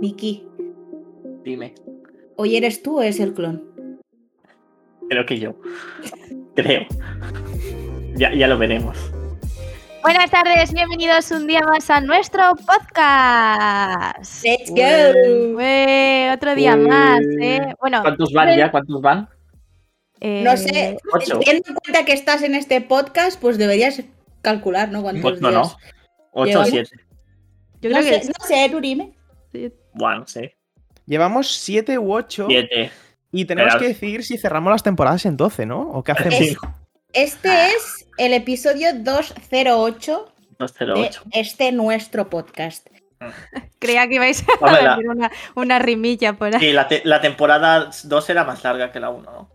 Vicky, Dime. ¿hoy eres tú o es el clon? Creo que yo. Creo. Ya, ya lo veremos. Buenas tardes, bienvenidos un día más a nuestro podcast. ¡Let's go. Ué, otro día Ué. más, ¿eh? Ah. Bueno, ¿Cuántos van ya? ¿Cuántos van? eh, No sé, Ocho. teniendo en cuenta que estás en este podcast, pues deberías calcular, ¿no? ¿Cuántos Pues no, no. días? ¿Ocho o Llevamos- siete? Yo no, creo sé, que no sé, Turime. Bueno, no sé. Llevamos 7 u 8 Siete. y tenemos Pero- que decidir si cerramos las temporadas entonces, ¿no? ¿O qué hacemos? Sí. Ah. Este es el episodio 208 Dos, de cero, ocho. este nuestro podcast. creía que ibais a Dámela. decir una, una rimilla por ahí. Sí, la, te- la temporada 2 era más larga que la 1, ¿no?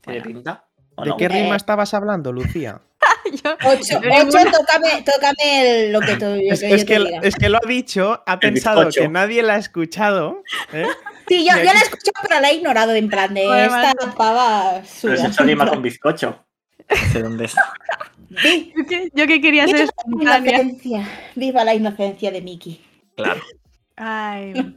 ¿Tiene pinta? ¿O ¿De no? qué hombre. rima estabas hablando, Lucía? Yo- Ocho, Pero ocho, ninguna- tócame, tócame el- lo que, tú- Es, que es yo que, te diga. es que lo ha dicho, ha pensado bizcocho. que nadie la ha escuchado. ¿eh? Sí, yo, de yo la he aquí. escuchado, pero la he ignorado en plan de Joder, esta macho. pava Pero es suya. hecho lima con bizcocho. No sé dónde es. Vi- yo que- Yo que quería ser Viva la espontánea. inocencia. Viva la inocencia de Mickey. Claro. Ay. Sí.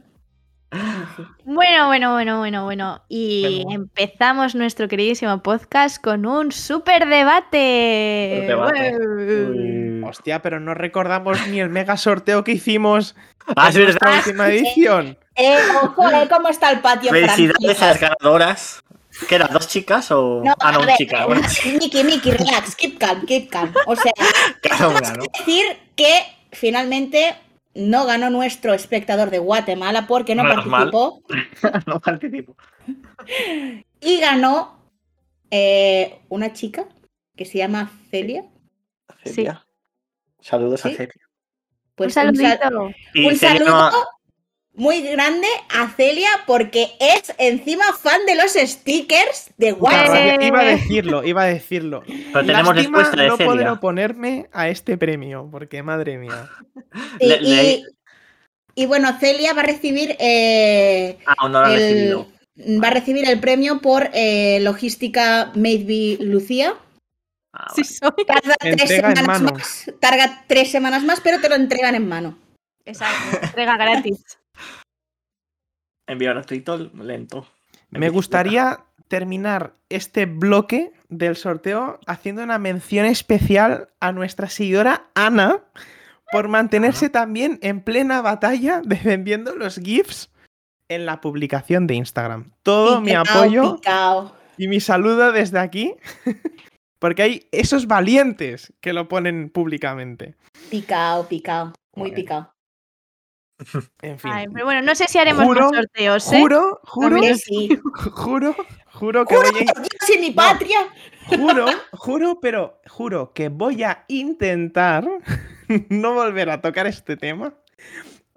Bueno, bueno, bueno, bueno, bueno. Y Bueno. empezamos nuestro queridísimo podcast con un super debate. Superdebate. Hostia, pero no recordamos ni el mega sorteo que hicimos Ah, es en la última edición. Eh, ojo, eh, cómo está el patio. Felicidades a francés. las ganadoras. ¿Qué eran? ¿Dos chicas o.? No, ah, no, a una ver, chica. Una Miki, Miki, relax, keep calm, keep calm. O sea, chica, una, ¿no? decir que finalmente no ganó nuestro espectador de Guatemala porque no Menos mal. participó No participo. y ganó eh, una chica que se llama Celia. Sí. Celia. Saludos Sí. a Celia. Un Pues un sal- saludito. Y un Celia saludo no- muy grande a Celia porque es encima fan de los stickers de Puta WhatsApp. rabia. Iba a decirlo, iba a decirlo. Pero tenemos Lástima respuesta de no poder Celia. oponerme a este premio, porque madre mía. Y, Le- le- y- y bueno, Celia va a recibir eh, Ah, no lo ha el- recibido. va a recibir el premio por eh, logística Maybe Lucía. Ah, Sí, vale. soy. Tarda Me tres entrega en semanas mano. más. Tarda tres semanas más, pero te lo entregan en mano. Exacto, entrega gratis. Envío gratuito, lento. Me gustaría terminar este bloque del sorteo haciendo una mención especial a nuestra seguidora Ana por mantenerse también en plena batalla defendiendo los GIFs en la publicación de Instagram. Todo mi Picao, apoyo picao. y mi saludo desde aquí, porque hay esos valientes que lo ponen públicamente. Picao, picao. Muy Bueno. picao. En fin, Ay, pero bueno, no sé si haremos Juro, más sorteos, ¿eh? juro, juro, Hombre, sí. juro, juro que Juro voy a que yo soy mi No. patria. Juro, juro, pero juro que voy a intentar no volver a tocar este tema.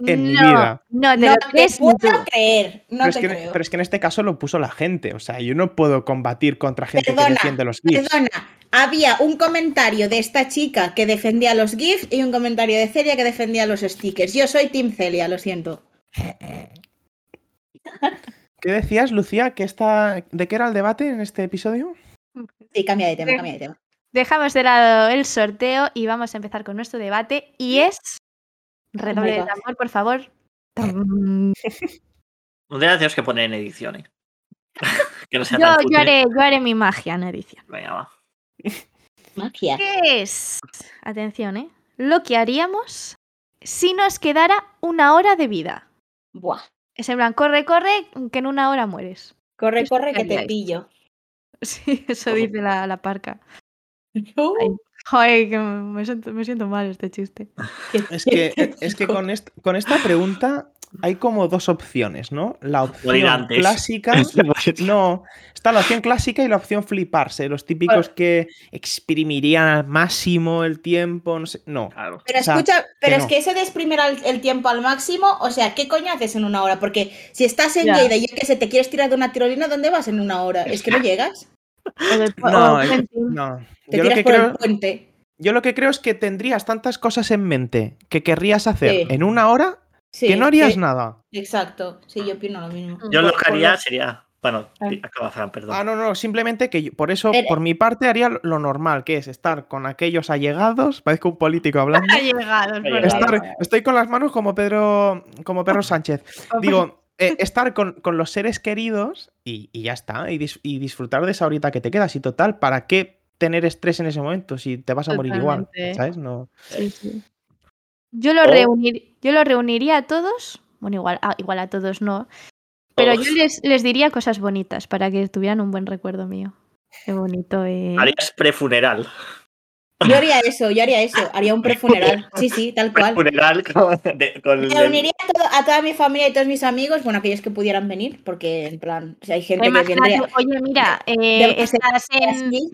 en mi no, vida. No, te No lo te crees ni puedo tú. creer. No pero, es te que, creo. pero es que en este caso lo puso la gente. O sea, yo no puedo combatir contra gente Perdona, que defiende los GIFs. Perdona, había un comentario de esta chica que defendía los GIFs y un comentario de Celia que defendía los stickers. Yo soy Team Celia, lo siento. ¿Qué decías, Lucía? Que esta... ¿De qué era el debate en este episodio? Sí, cambia de tema, Sí. cambia de tema. Dejamos de lado el sorteo y vamos a empezar con nuestro debate. Y es. my Redoble de God. tambor, por favor. Tam. Un día la tenemos que poner en ediciones. que no sea Yo, tan yo, fútil. haré, yo haré mi magia en edición. Venga, va. Magia. ¿Qué es? Atención, ¿eh? Lo que haríamos si nos quedara una hora de vida. Buah. Es en plan, corre, corre, que en una hora mueres. Corre, Esto corre, que te cambiáis. pillo. Sí, eso Ojo. dice la, la parca. Ay, Joder, que me siento, me siento mal este chiste. qué- Es que, qué es que chico. con, est- con esta pregunta hay como dos opciones, ¿no? La Morir opción antes. clásica No, está la opción clásica y la opción fliparse. Los típicos que exprimirían al máximo el tiempo. No. sé- no. Claro. Pero o sea, escucha, pero que es no. que eso de exprimir al- el tiempo al máximo, o sea, ¿qué coño haces en una hora? Porque si estás en Ya. Lleida y yo que se te quieres tirar de una tirolina, ¿dónde vas en una hora? Es que no llegas. O de- o No, es- puenting. no. Te Yo, lo tiras que por creo, el puente. yo lo que creo es que tendrías tantas cosas en mente que querrías hacer Sí. en una hora Sí, que no harías sí, nada. Exacto. Sí, yo opino lo mismo. Yo lo Por- que por haría los- sería Bueno, di- acaba Fran, perdón. Ah, no, no, simplemente que yo- por eso, Pero- por mi parte, haría lo- lo normal, que es estar con aquellos allegados, parezco un político hablando. Ha llegado, es Ha verdad. llegado. Estar- estoy con las manos como Pedro, como Pedro Sánchez. Digo, eh, estar con, con los seres queridos y, y ya está, y, dis- y disfrutar de esa horita que te quedas. Y total, ¿para qué tener estrés en ese momento si te vas a morir igual? Totalmente. ¿Sabes? No. Sí, sí. Yo lo, O- reunir, yo lo reuniría a todos, bueno, igual, ah, igual a todos no, pero yo Todos. les, les diría cosas bonitas para que tuvieran un buen recuerdo mío. Qué bonito. eh. Harías prefuneral. Ah. Yo haría eso, yo haría eso. Haría un prefuneral. Sí, sí, tal cual. Prefuneral con, de- con el- Reuniría a, todo- a toda mi familia y todos mis amigos, bueno, aquellos que pudieran venir, porque en plan, si hay gente que Imagínate, vendría. oye, mira, eh, de- estás, en, así,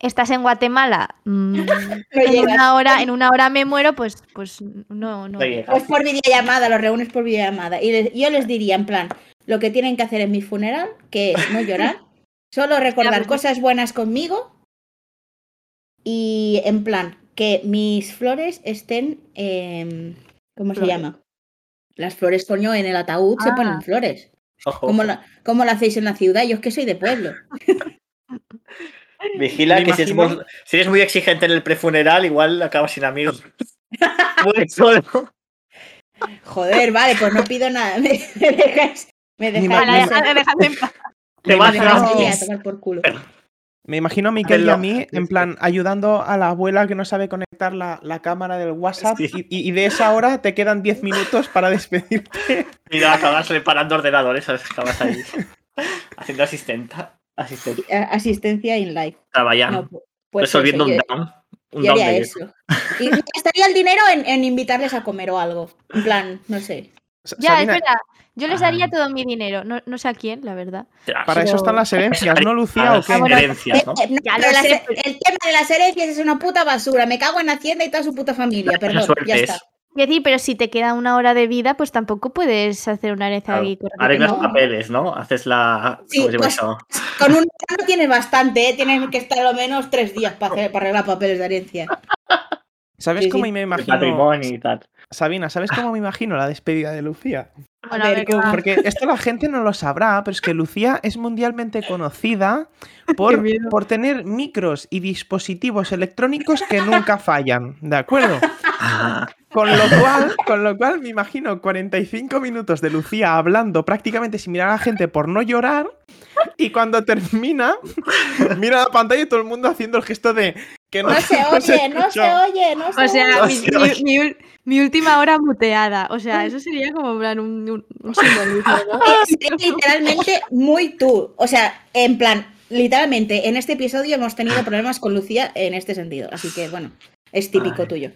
estás en Guatemala. no mm, en, llegas. una hora, en una hora me muero, pues, pues no, no. No llega. Pues por videollamada, los reúnes por videollamada. Y les- yo les diría, en plan, lo que tienen que hacer en mi funeral, que es no llorar, solo recordar pues- cosas buenas conmigo y, en plan, que mis flores estén, em, ¿cómo se Flores. llama? Las flores, coño, en el ataúd se Ah. ponen flores. Ojo, ¿Cómo, la, ¿Cómo lo hacéis en la ciudad? Yo es que soy de pueblo. Vigila Me que si, imagino- eres muy, si eres muy exigente en el prefuneral, igual acabas sin amigos. Muy solo. Joder, vale, pues no pido nada. Me dejáis, me Ni dejáis mal- no Ala, sé, ala, dejadme en paz. Te Me vas me dejáis imagino- ir a a... tomar por culo. Me imagino a Miquel y Hazlo. a mí, en plan, ayudando a la abuela que no sabe conectar la, la cámara del WhatsApp Sí. y, y- y de esa hora te quedan 10 minutos para despedirte. Mira, acabas reparando ordenadores, ¿sabes? acabas ahí haciendo asistenta. Asistente. A- Asistencia in life. Trabajando. No, pu- pues resolviendo eso, un yo- down. Un yo down haría de eso. Y gastaría el dinero en, en invitarles a comer o algo. En plan, no sé. Sa- Ya, Sabina, es verdad. Yo les daría Ah. todo mi dinero. No, no sé a quién, la verdad. Ostras, para eso Pero- están las herencias, ¿no, Lucía? ¿o las qué? Ah, bueno, herencias, ¿no? Eh, no, Ya lo pero las- sé, pues. pero- El tema de las herencias es una puta basura. Me cago en Hacienda y toda su puta familia. Perdón, suerte ya es. está. Es decir, pero si te queda una hora de vida, pues tampoco puedes hacer una herencia Claro. ahí correcta. Arreglas no. papeles, ¿no? Haces la. Sí, ¿cómo se llama pues- eso? Con un año tienes bastante, ¿eh? Tienes que estar al menos tres días para, hacer, para arreglar papeles de herencia. ¿Sabes Sí, cómo sí. me El imagino? patrimonio y tal. Sabina, ¿sabes cómo me imagino la despedida de Lucía? Bueno, A a ver, ver, ah, ¿cómo? va. Porque esto la gente no lo sabrá, pero es que Lucía es mundialmente conocida por, por tener micros y dispositivos electrónicos que nunca fallan, ¿de acuerdo? Ah, Con lo cual, con lo cual me imagino 45 minutos de Lucía hablando prácticamente sin mirar a la gente por no llorar y cuando termina mira la pantalla y todo el mundo haciendo el gesto de que no, No se oye, no se escucha. oye, no se O sea, mi, Dios, Dios. mi- mi ul- mi última hora muteada. O sea, eso sería como en plan un, un, un simbolismo, ¿no? oye. Sería literalmente muy tú. O sea, en plan, literalmente, en este episodio hemos tenido problemas con Lucía en este sentido. Así que, bueno, es típico Ay. tuyo.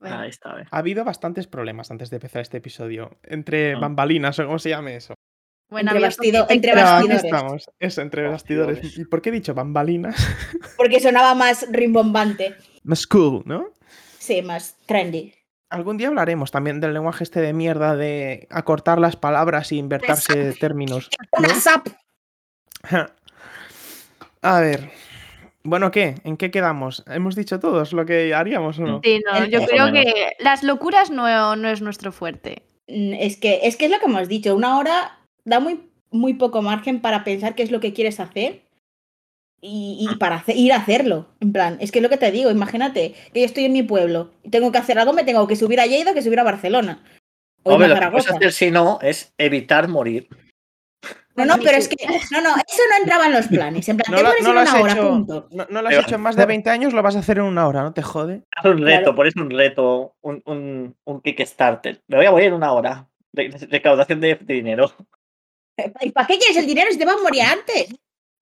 ahí está, eh. Ha habido bastantes problemas antes de empezar este episodio entre Ah. bambalinas o cómo se llame eso. Bueno, entre había- bastido- entre Pero aquí bastidores. estamos, eso, entre Bastidores. bastidores. ¿Y por qué he dicho bambalinas? Porque sonaba más rimbombante. Más cool, ¿no? Sí, más trendy. Algún día hablaremos también del lenguaje este de mierda de acortar las palabras y Pues, invertirse términos. ¿no? Una sap. A ver. Bueno, ¿qué? ¿En qué quedamos? ¿Hemos dicho todos lo que haríamos o no? Sí, no, yo Más o creo menos. que las locuras no, no es nuestro fuerte. Mm, Es que, es que es lo que hemos dicho. Una hora da muy, muy poco margen para pensar qué es lo que quieres hacer y, Ah. y para hace- ir a hacerlo. En plan, es que es lo que te digo. Imagínate que yo estoy en mi pueblo y tengo que hacer algo, me tengo que subir a Lleida, que subir a Barcelona. O irme Hombre, a lo que puedes Zaragoza. hacer si no es evitar morir. No, no, pero es que. No, no, eso no entraba en los planes. En plan, No te lo, mueres no en lo has una hora, hecho, punto. no, no lo has Pero- hecho en más de 20 años, lo vas a hacer en una hora, ¿no te jode? Haz un reto, Claro. pones un reto, un, un, un Kickstarter. Me voy a morir en una hora. Re- recaudación de, de dinero. ¿Y para qué quieres el dinero si te vas a morir antes?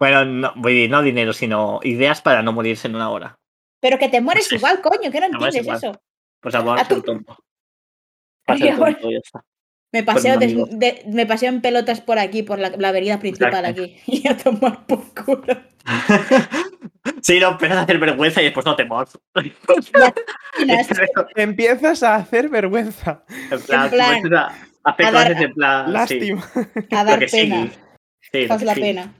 Bueno, no, voy a decir, no dinero, sino ideas para no morirse en una hora. Pero que te mueres Sí. igual, coño, que no mueres entiendes igual. eso. Pues a Ah, ser tú- tonto. Va a ser Ay, ahora- tonto, ya está. Me Pues paseo, no, des- amigo. de- me paseo en pelotas por aquí, por la, la avenida principal Exacto. aquí. Y a tomar por culo. Sí, no, empiezas a hacer vergüenza y después no te mueres. Y En las- Empiezas a hacer vergüenza. plan, En plan, comienzas a- a hacer a dar- cosas en Ah, plan, sí, Lástima. a lo dar que pena. sí. Sí, lo Haz que la sí. pena.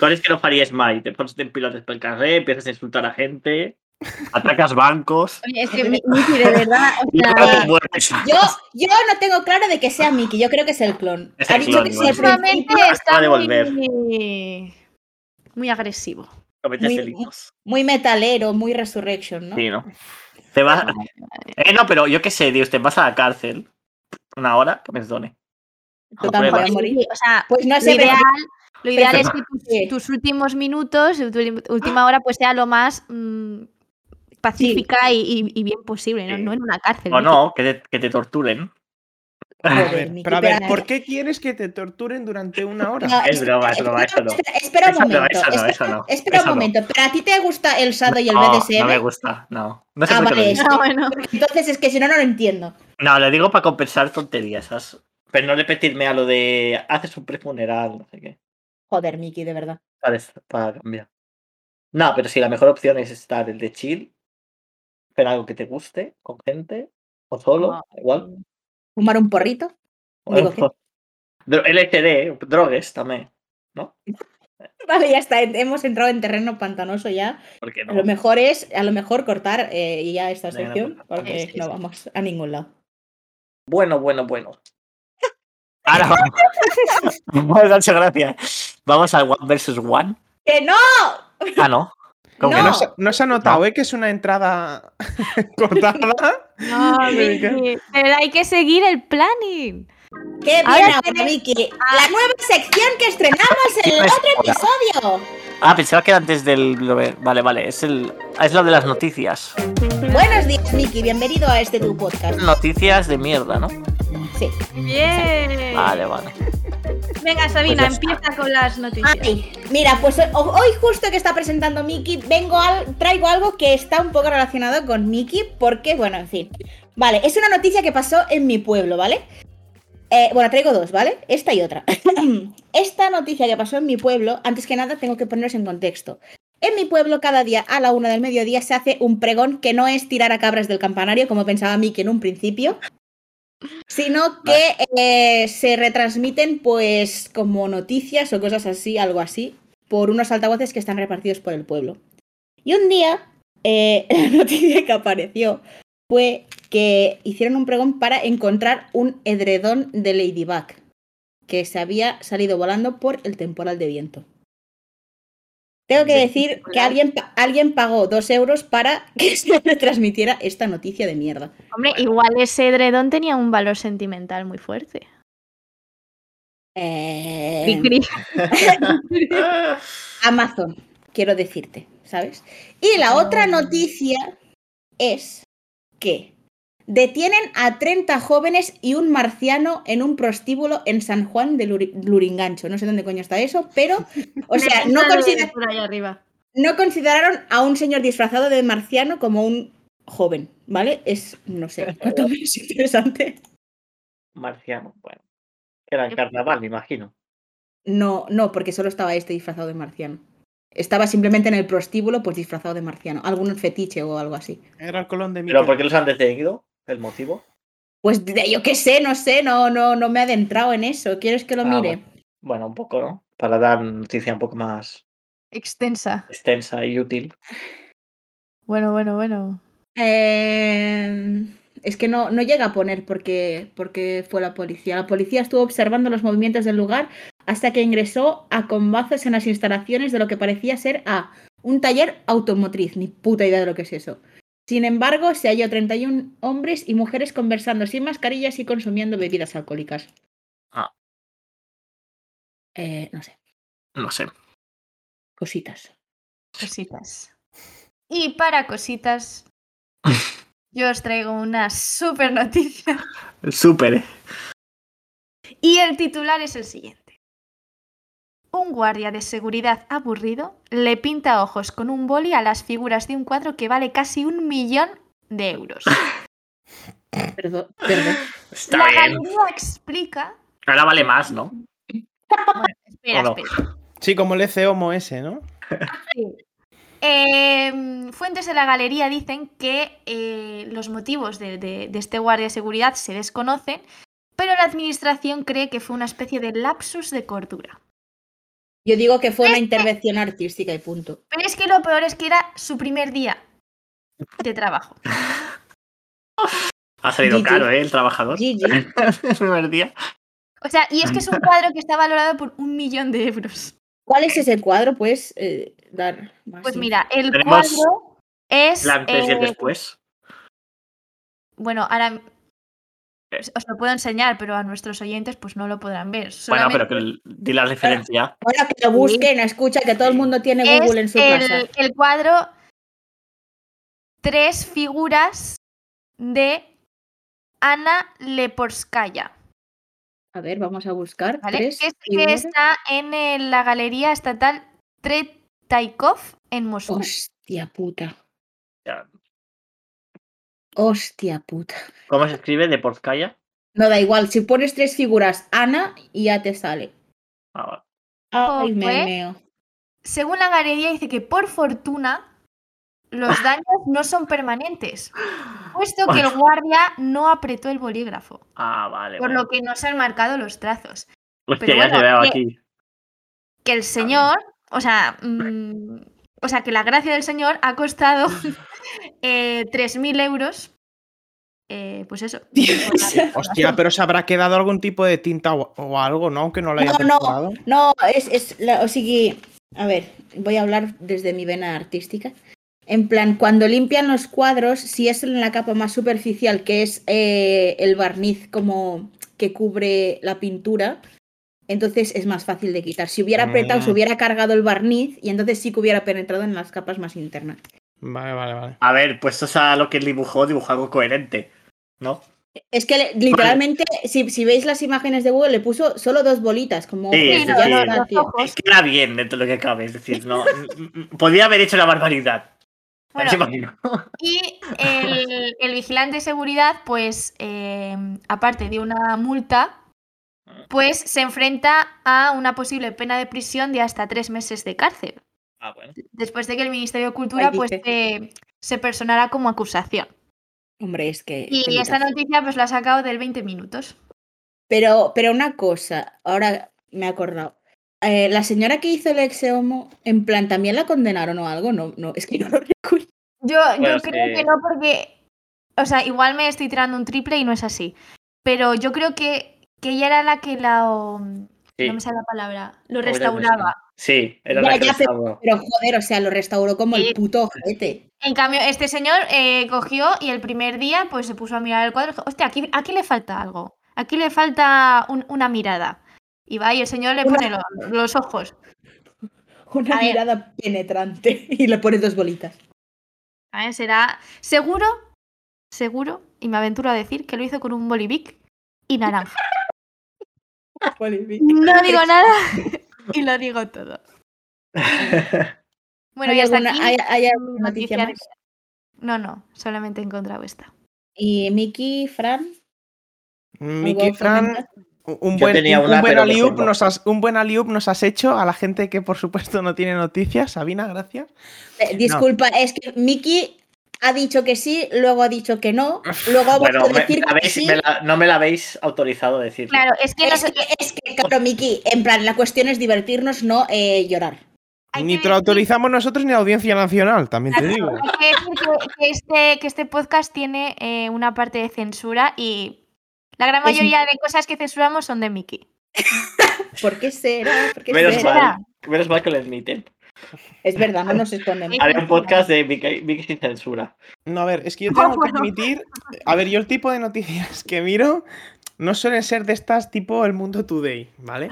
Cosas que no farías mai. Te pones en pilotes por el carrer, empiezas a insultar a gente. Atacas bancos. Oye, es que mi- Miki, de verdad. o y sea, luego mueres. yo, yo no tengo claro de que sea Miki, yo creo que es el clon. Es ha el dicho clon, que es igual. el Últimamente principio, está Va a devolver. muy... muy agresivo. Cometes Muy- delitos. muy metalero, muy resurrection, ¿no? Sí, ¿no? Te vas. Eh, no, pero yo qué sé, Dios, te vas a la cárcel. Una hora, que me perdone. Tú tampoco Prueba. vas a morir. O sea, Pues no lo sé, pero ideal, lo ideal es que Sí. tus, tus últimos minutos, tu lim- última hora, pues sea lo más mm, pacífica y, y- y bien posible, ¿no? Sí. No en una cárcel. O Miki. no, que te, que te torturen. A Joder, ver, Miki, pero a ver, pero- ¿por qué quieres que te torturen durante una hora? No, Es broma, es broma, eso no. espera, espera un Eso no, momento. eso no, espera- eso no, espera eso un no. momento. ¿Pero a ti te gusta el Sado y el no, BDSM? no me gusta, no. No sé Ah, por qué lo vale, digo. No, bueno. Entonces es que si no, no lo entiendo. No, le digo para compensar tonterías, ¿sabes? Pero no repetirme a lo de haces un prefuneral, no sé qué. Joder, Miki, de verdad. Para, es- para cambiar. No, pero sí, la mejor opción es estar el de chill, pero algo que te guste, con gente, o solo, Wow. da igual. ¿Fumar un porrito? Digo, ¿qué? Dro- LSD, eh, drogues también, Vale, ya está. en- Hemos entrado en terreno pantanoso ya. porque Lo no. mejor es, a lo mejor, cortar eh, y ya esta Venga, sección, pues, porque sí, sí, no sí. vamos a ningún lado. Bueno, bueno, bueno. Ahora vamos. Vamos, muchas gracias. Vamos al One versus One. ¡Que no! Ah, no. ¿Cómo Que que no, No. se, no se ha notado, ¿eh? Que es una entrada cortada. No, Sí, que- Miki, pero hay que seguir el planning. ¡Qué Ahora bien ahora, tenés- Miki! ¡La nueva sección que estrenamos en el Pues, otro hola. episodio! Ah, pensaba que era antes del. Vale, vale, es el. ah, Es lo de las noticias. Buenos días, Miki. Bienvenido a este tu podcast. Noticias de mierda, ¿no? Sí. Bien. Vale, vale. Venga, Sabina, Pues ya empieza con las noticias. Ay, mira, pues ho- hoy justo que está presentando Miki, vengo al, traigo algo que está un poco relacionado con Miki, porque, bueno, en fin. Vale, es una noticia que pasó en mi pueblo, ¿vale? Eh, bueno, traigo dos, ¿vale? Esta y otra. Esta noticia que pasó en mi pueblo, antes que nada tengo que poneros en contexto. En mi pueblo, cada día a la una del mediodía se hace un pregón que no es tirar a cabras del campanario, como pensaba Miki en un principio, sino que eh, se retransmiten, pues, como noticias o cosas así, algo así, por unos altavoces que están repartidos por el pueblo. Y un día, eh, la noticia que apareció fue que hicieron un pregón para encontrar un edredón de Ladybug que se había salido volando por el temporal de viento. Tengo que Del decir que temporal. alguien, pa- alguien pagó dos euros para que se retransmitiera esta noticia de mierda. Hombre, igual ese edredón tenía un valor sentimental muy fuerte. Eh, Cri, cri. Amazon, quiero decirte, ¿sabes? Y la otra noticia es que detienen a 30 jóvenes y un marciano en un prostíbulo en San Juan de Luri- Lurigancho. No sé dónde coño está eso, pero, o sea, no, Una considera- por ahí arriba. no consideraron a un señor disfrazado de marciano como un joven, ¿vale? Es, no sé, cuanto menos interesante. Marciano, bueno. Era el carnaval, me imagino. No, no, porque solo estaba este disfrazado de marciano. Estaba simplemente en el prostíbulo, pues disfrazado de marciano. Algún fetiche o algo así. Era el colón de mi. ¿Pero por qué los han detenido? ¿El motivo? Pues de- yo qué sé, no sé, no, no, no me he adentrado en eso. ¿Quieres que lo Ah, mire? Bueno, un poco, ¿no? Para dar noticia un poco más Extensa. extensa y útil. Bueno, bueno, bueno. Eh, es que no, no llega a poner porque, porque fue la policía. La policía estuvo observando los movimientos del lugar hasta que ingresó a combazos en las instalaciones de lo que parecía ser a un taller automotriz. Ni puta idea de lo que es eso. Sin embargo, se halló 31 hombres y mujeres conversando sin mascarillas y consumiendo bebidas alcohólicas. Ah. Eh, no sé, No sé. cositas. Cositas. Y para cositas, yo os traigo una super noticia. Súper, ¿eh? Y el titular es el siguiente. Un guardia de seguridad aburrido le pinta ojos con un boli a las figuras de un cuadro que vale casi un millón de euros. Perdón, perdón. Está La bien. galería explica... Ahora vale más, ¿no? Bueno, espera, ¿O no? espera. Sí, como el EC Homo ese, ¿no? Eh, fuentes de la galería dicen que eh, los motivos de, de- de este guardia de seguridad se desconocen, pero la administración cree que fue una especie de lapsus de cordura. Yo digo que fue una intervención artística y punto. Pero es que lo peor es que era su primer día de trabajo. Ha salido GG. caro, ¿eh? El trabajador. GG. el primer día. O sea, y es que es un cuadro que está valorado por un millón de euros. ¿Cuál es ese cuadro? Puedes eh, dar más. Pues info? mira, el Tenemos cuadro es. El antes y el eh, después. Bueno, ahora os os lo puedo enseñar, pero a nuestros oyentes pues no lo podrán ver. Bueno, pero Solamente que el- di la referencia. Ahora que lo busquen, escucha que todo el mundo tiene es Google en su el, casa. el cuadro tres figuras de Ana Leporskaya, A ver, vamos a buscar. ¿vale? tres que, es- que figuras. está en eh, la galería estatal Tretaikov en Moscú. Hostia puta. Ya. Hostia puta. ¿Cómo se escribe? ¿De Porzkaya? No da igual, si pones tres figuras, Ana, y ya te sale. Ah, vale. Ay, Ojo, me ¿eh? meo. Según la galería dice que por fortuna Ah. los daños no son permanentes, puesto que el guardia no apretó el bolígrafo, Ah, vale. por vale. lo que no se han marcado los trazos. Hostia, pero ya te bueno, veo que- aquí. que el señor, o sea, mm, o sea, que la gracia del señor ha costado eh, 3.000 euros. eh, pues eso. por la- por la Hostia, zona. pero se habrá quedado algún tipo de tinta o, o algo, ¿no? Aunque no lo haya No, no. perforado. No, es, es la- o sea que- a ver, voy a hablar desde mi vena artística. En plan, cuando limpian los cuadros, si es en la capa más superficial, que es eh, el barniz como que cubre la pintura, entonces es más fácil de quitar. Si hubiera Ah. apretado, se Mm. hubiera cargado el barniz y entonces sí que hubiera penetrado en las capas más internas. Vale, vale, vale. A ver, puestos a lo que él dibujó, dibujó algo coherente. ¿No? Es que le- literalmente, si, si veis las imágenes de Google, le puso solo dos bolitas, como... Sí, ojos, Sí, y sí, no, ya sí. no, está, los tío. ojos. Queda bien dentro de lo que cabe. Es decir, no. Podría haber hecho una barbaridad. Bueno, Sí, imagino. y el, el vigilante de seguridad, pues, eh, aparte de una multa, pues se enfrenta a una posible pena de prisión de hasta tres meses de cárcel. Ah, bueno. Después de que el Ministerio de Cultura, pues, dice. eh, se personara como acusación. Hombre, es que... Y pelitas. esta noticia pues la ha sacado del 20 minutos. Pero, pero una cosa, ahora me he acordado. Eh, la señora que hizo el exeomo, en plan, ¿también la condenaron o algo? No, no, es que no lo recuerdo. Yo, Bueno, yo creo sí. que no porque, o sea, igual me estoy tirando un triple y no es así. Pero yo creo que, que ella era la que la... o, Sí. No me sale la palabra. Lo Joder, restauraba. Sí, era Ya, la que ya, restauró. Pero joder, o sea, lo restauró como el Sí. puto ojete. En cambio, este señor eh, cogió y el primer día pues se puso a mirar el cuadro y dijo, hostia, aquí, aquí le falta algo. Aquí le falta un- una mirada. Y va y el señor le Una- pone lo- los ojos. Una A ver. mirada penetrante y le pone dos bolitas. A ver, será. Seguro, seguro, y me aventuro a decir que lo hizo con un bolivic y naranja. No digo nada y lo digo todo. Bueno, ¿Hay y hasta alguna- aquí hay- hay mi alguna noticia de- más? No, no, solamente he encontrado esta. Y Miki, Fran, Miki, ¿algo Fran, comentar? un Yo buen, tenía un- un una, buen pero mejor alley-oop no. nos has, un buen alley-oop nos has hecho a la gente que, por supuesto, no tiene noticias. Sabina, gracias. Eh, disculpa, es que Miki ha dicho que sí, luego ha dicho que no, luego ha vuelto Bueno, a me- decir me que habéis- sí. me la- no me la habéis autorizado a decir. Claro, es que, Es nos- que, es que, claro, Miki, en plan, la cuestión es divertirnos, no eh, llorar. hay que Ni te lo decir- autorizamos nosotros ni la Audiencia Nacional, también te digo. hay que decir que- que este, que este podcast tiene eh, una parte de censura y la gran Es- mayoría de cosas que censuramos son de Mickey. ¿Por qué será? ¿Por qué Menos será? mal, menos mal que lo admiten. Es verdad, no nos escondemos. Haré un podcast de Vicky Vicky sin censura. No, a ver, es que yo No, tengo que bueno. admitir. A ver, yo el tipo de noticias que miro no suelen ser de estas tipo El Mundo Today, ¿vale?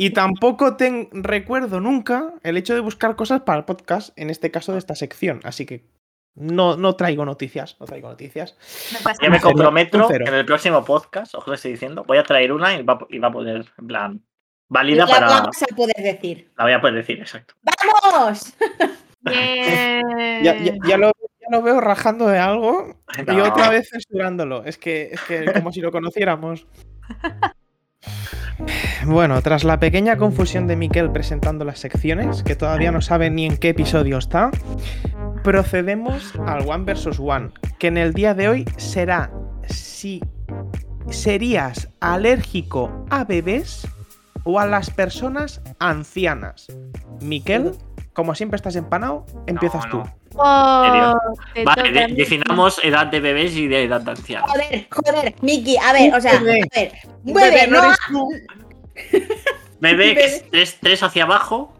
Y tampoco ten- recuerdo nunca el hecho de buscar cosas para el podcast, en este caso de esta sección. Así que no, no traigo noticias, no traigo noticias. No pasa Yo me Un cero, un comprometo que cero. en el próximo podcast, os lo estoy diciendo, voy a traer una y va, y va a poner, en plan, válida La, la para. vas a poder decir. La voy a poder decir, exacto. ¡Vamos! Bien. Ya, ya- ya lo, ya lo veo rajando de algo y No. otra vez censurándolo. Es que, es que como si lo conociéramos. Bueno, tras la pequeña confusión de Miquel presentando las secciones, que todavía no sabe ni en qué episodio está, procedemos al One versus One, que en el día de hoy será si serías alérgico a bebés o a las personas ancianas. Miquel, Como siempre estás empanado, empiezas No, no. tú. serio? Oh, te Vale, toca, de- Miki. definamos edad de bebés y de edad de ancianos. Joder, joder, Miki, a ver, o sea, a Bebé. ver. Un bebé, no. eres ha- tú. Bebé, que es tres, tres hacia abajo,